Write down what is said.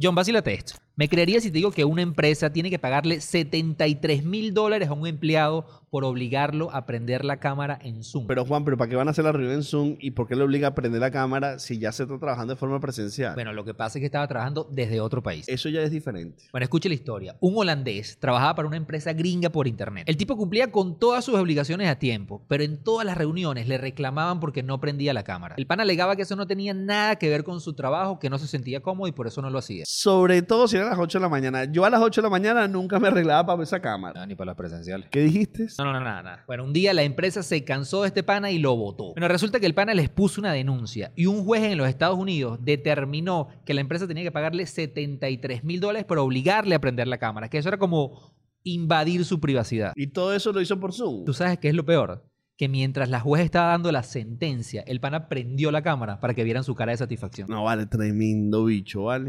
John, vacílate esto. ¿Me creerías si te digo que una empresa tiene que pagarle 73 mil dólares a un empleado por obligarlo a prender la cámara en Zoom? Pero Juan, ¿pero para qué van a hacer la reunión en Zoom y por qué le obliga a prender la cámara si ya se está trabajando de forma presencial? Bueno, lo que pasa es que estaba trabajando desde otro país. Eso ya es diferente. Bueno, escuche la historia. Un holandés trabajaba para una empresa gringa por internet. El tipo cumplía con todas sus obligaciones a tiempo, pero en todas las reuniones le reclamaban porque no prendía la cámara. El pan alegaba que eso no tenía nada que ver con su trabajo, que no se sentía cómodo y por eso no lo hacía. Sobre todo si era a las 8 de la mañana. Yo a las 8 de la mañana nunca me arreglaba para ver esa cámara. No, ni para las presenciales. ¿Qué dijiste? No, no, no, nada, nada. Bueno, un día la empresa se cansó de este pana y lo votó. Bueno, resulta que el pana les puso una denuncia y un juez en los Estados Unidos determinó que la empresa tenía que pagarle 73 mil dólares por obligarle a prender la cámara, que eso era como invadir su privacidad. Y todo eso lo hizo por Zoom. ¿Tú sabes qué es lo peor? Que mientras la juez estaba dando la sentencia, el pana prendió la cámara para que vieran su cara de satisfacción. No, vale, tremendo bicho, ¿vale?